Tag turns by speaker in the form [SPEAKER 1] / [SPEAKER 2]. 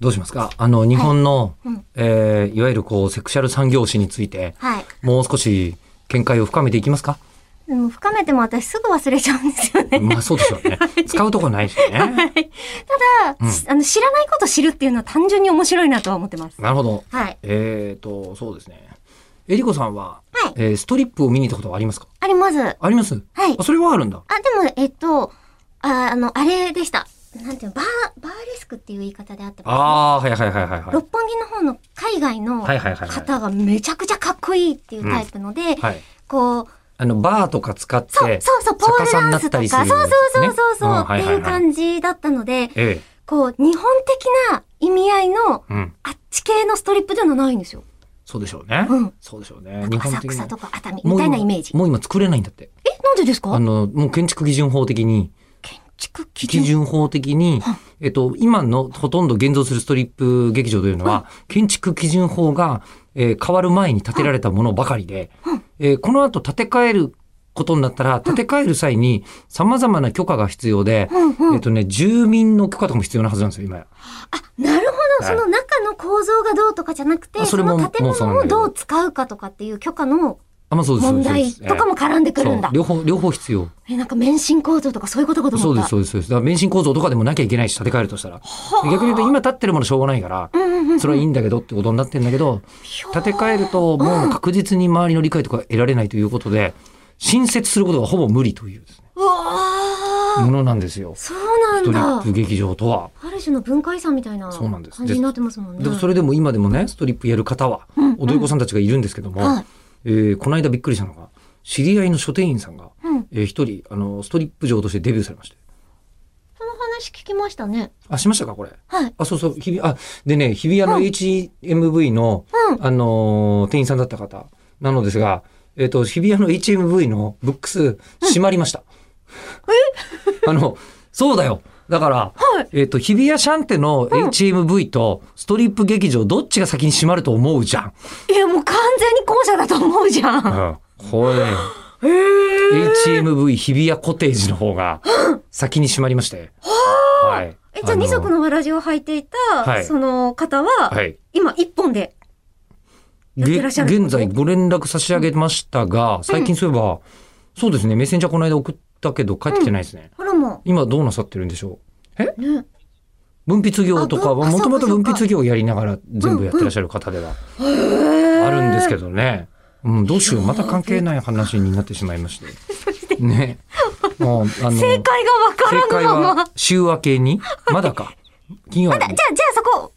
[SPEAKER 1] どうしますかあの、日本の、
[SPEAKER 2] はいうん
[SPEAKER 1] えーいわゆるこう、セクシャル産業史について、
[SPEAKER 2] はい。
[SPEAKER 1] もう少し見解を深めていきますか
[SPEAKER 2] でも深めても私すぐ忘れちゃうんですよね。
[SPEAKER 1] まあそうでしょ うね。使うとこないしね。
[SPEAKER 2] ただ、しあの、知らないこと知るっていうのは単純に面白いなとは思ってます。
[SPEAKER 1] なるほど。
[SPEAKER 2] はい。
[SPEAKER 1] えーと、そうですね。えりこさんは、
[SPEAKER 2] はい
[SPEAKER 1] えーストリップを見に行ったことはありますか
[SPEAKER 2] あります。はい。
[SPEAKER 1] あります
[SPEAKER 2] あ、で
[SPEAKER 1] あ、それはあるんだ。
[SPEAKER 2] も、えっと、ああの、あれでした。なんていうの、バー、バーレスクっていう言い方であってま
[SPEAKER 1] ああ、はいはいはいはい
[SPEAKER 2] す。
[SPEAKER 1] はい。
[SPEAKER 2] 六本木の方の海外の
[SPEAKER 1] はいはいはいはい
[SPEAKER 2] 方がめちゃくちゃかっこいいっていうタイプので、
[SPEAKER 1] はい。
[SPEAKER 2] こう、
[SPEAKER 1] あの、バーとか使っ
[SPEAKER 2] そう
[SPEAKER 1] て、
[SPEAKER 2] そうそう、ポー
[SPEAKER 1] 逆
[SPEAKER 2] ル
[SPEAKER 1] さに
[SPEAKER 2] ダ
[SPEAKER 1] なっ
[SPEAKER 2] ンス
[SPEAKER 1] た
[SPEAKER 2] と
[SPEAKER 1] り
[SPEAKER 2] か、
[SPEAKER 1] す
[SPEAKER 2] そう
[SPEAKER 1] る
[SPEAKER 2] そうそうそう
[SPEAKER 1] うん
[SPEAKER 2] そう、っ
[SPEAKER 1] はい
[SPEAKER 2] て
[SPEAKER 1] はいはい
[SPEAKER 2] いう感じだったので、
[SPEAKER 1] え
[SPEAKER 2] こう、日本的な意味合いの
[SPEAKER 1] え。うん。
[SPEAKER 2] あっち系のストリップではないんですよ。
[SPEAKER 1] そうでしょうね。
[SPEAKER 2] うん
[SPEAKER 1] そうでしょう
[SPEAKER 2] な
[SPEAKER 1] ね。
[SPEAKER 2] ん
[SPEAKER 1] 日
[SPEAKER 2] か
[SPEAKER 1] 本
[SPEAKER 2] 浅
[SPEAKER 1] 的に
[SPEAKER 2] 草
[SPEAKER 1] は
[SPEAKER 2] とか熱
[SPEAKER 1] も
[SPEAKER 2] 海み
[SPEAKER 1] う
[SPEAKER 2] たいな
[SPEAKER 1] 今
[SPEAKER 2] イメージ。
[SPEAKER 1] もう今作れないんだって。
[SPEAKER 2] え、なんでですか
[SPEAKER 1] あの、もう建築基準法的に、
[SPEAKER 2] 建築基
[SPEAKER 1] 基
[SPEAKER 2] 準。
[SPEAKER 1] 準法的に、えっと、今のほとんど現像するストリップ劇場というのは、建築基準法が、えー変わる前に建てられたものばかりで、えーこの後建て替えることになったら、建て替える際に様々な許可が必要で、
[SPEAKER 2] うん
[SPEAKER 1] え
[SPEAKER 2] う
[SPEAKER 1] っ
[SPEAKER 2] ん。
[SPEAKER 1] とね、住民の許可とかも必要なはずなんですよ、今や。
[SPEAKER 2] なるほど。
[SPEAKER 1] は
[SPEAKER 2] そ
[SPEAKER 1] い
[SPEAKER 2] の中の構造がどうとかじゃなくて、
[SPEAKER 1] あそ
[SPEAKER 2] そ
[SPEAKER 1] れも
[SPEAKER 2] の建
[SPEAKER 1] もうそうなん
[SPEAKER 2] 物
[SPEAKER 1] だ
[SPEAKER 2] を
[SPEAKER 1] けど
[SPEAKER 2] どう使うかとかっていう許可の
[SPEAKER 1] あ、まあそうです。そう
[SPEAKER 2] 問
[SPEAKER 1] です
[SPEAKER 2] 題とかも絡んでくるんだ
[SPEAKER 1] そう。両方、両方必要。
[SPEAKER 2] え、なんか免震構造とかそういうことかと
[SPEAKER 1] そ
[SPEAKER 2] 思
[SPEAKER 1] う
[SPEAKER 2] っ
[SPEAKER 1] です、
[SPEAKER 2] た。
[SPEAKER 1] そうです。そうですだから免震構造とかでもなきゃいけないし、建て替えるとしたら。逆に言うと、今建ってるものしょうがないから、
[SPEAKER 2] うんうん うん。
[SPEAKER 1] それはいいんだけどってことになってんだけど、建て替えるともう確実に周りの理解とか得られないということで、新設することがほぼ無理というですね
[SPEAKER 2] うわー
[SPEAKER 1] ものなんですよ。
[SPEAKER 2] そう
[SPEAKER 1] ストリ
[SPEAKER 2] なん
[SPEAKER 1] ッ
[SPEAKER 2] だ
[SPEAKER 1] プ。劇場とは。
[SPEAKER 2] ある種の文化遺産みたいな
[SPEAKER 1] そうなん
[SPEAKER 2] 感
[SPEAKER 1] です
[SPEAKER 2] じになってますもんね。
[SPEAKER 1] でもそれでも今でもね、ストリップやる方は、踊り子さんたちがいるんですけども、
[SPEAKER 2] はい
[SPEAKER 1] えーこの間びっくりしたのが、知り合いの書店員さんが、
[SPEAKER 2] うん
[SPEAKER 1] えー一人、あの、ストリップ嬢としてデビューされまして。
[SPEAKER 2] その話聞きましたね。
[SPEAKER 1] あ、しましたかこれ。
[SPEAKER 2] はい。
[SPEAKER 1] あ、そうそう、日比谷、あ、でね、日比谷の HMV の、
[SPEAKER 2] う
[SPEAKER 1] あのー店員さんだった方なのですが、えっ、と、日比谷の HMV のブックス、閉まりました。 あの、そうだよ。だから、
[SPEAKER 2] はい
[SPEAKER 1] えっ、と、日比谷シャンテの HMV とストリップ劇場、どっちが先に閉まると思うじゃん。
[SPEAKER 2] いや、もう完全に後者だと思うじゃん。
[SPEAKER 1] こ れ、HMV 日比谷コテージの方が、先に閉まりまして。はい。
[SPEAKER 2] え、じゃ
[SPEAKER 1] の
[SPEAKER 2] あ二足のわらじを履いていた、
[SPEAKER 1] はい
[SPEAKER 2] その方は、
[SPEAKER 1] はい。
[SPEAKER 2] 今一本で。やって
[SPEAKER 1] げ
[SPEAKER 2] らっしゃるってこ
[SPEAKER 1] 現
[SPEAKER 2] と
[SPEAKER 1] 在ご連絡差し上げましたが、最近そういえば、そうですね、メッセンジャーこの間送ったけど帰ってきてないですね。
[SPEAKER 2] ほらも
[SPEAKER 1] 今どうなさってるんでしょうえ
[SPEAKER 2] う。ね。
[SPEAKER 1] 文筆業とかは、
[SPEAKER 2] あ
[SPEAKER 1] も
[SPEAKER 2] 文
[SPEAKER 1] と
[SPEAKER 2] あ
[SPEAKER 1] もと
[SPEAKER 2] そう
[SPEAKER 1] 文
[SPEAKER 2] か
[SPEAKER 1] 筆業をやりながら全部やってらっしゃる方ではあるんですけどね。うん、どうしよう、また関係ない話になってしまいま して。ね。もう、あの、
[SPEAKER 2] 正解がわから
[SPEAKER 1] 正解
[SPEAKER 2] ぬまま。
[SPEAKER 1] は週明けに、まだか。金曜日
[SPEAKER 2] じゃあ、じゃあそこ、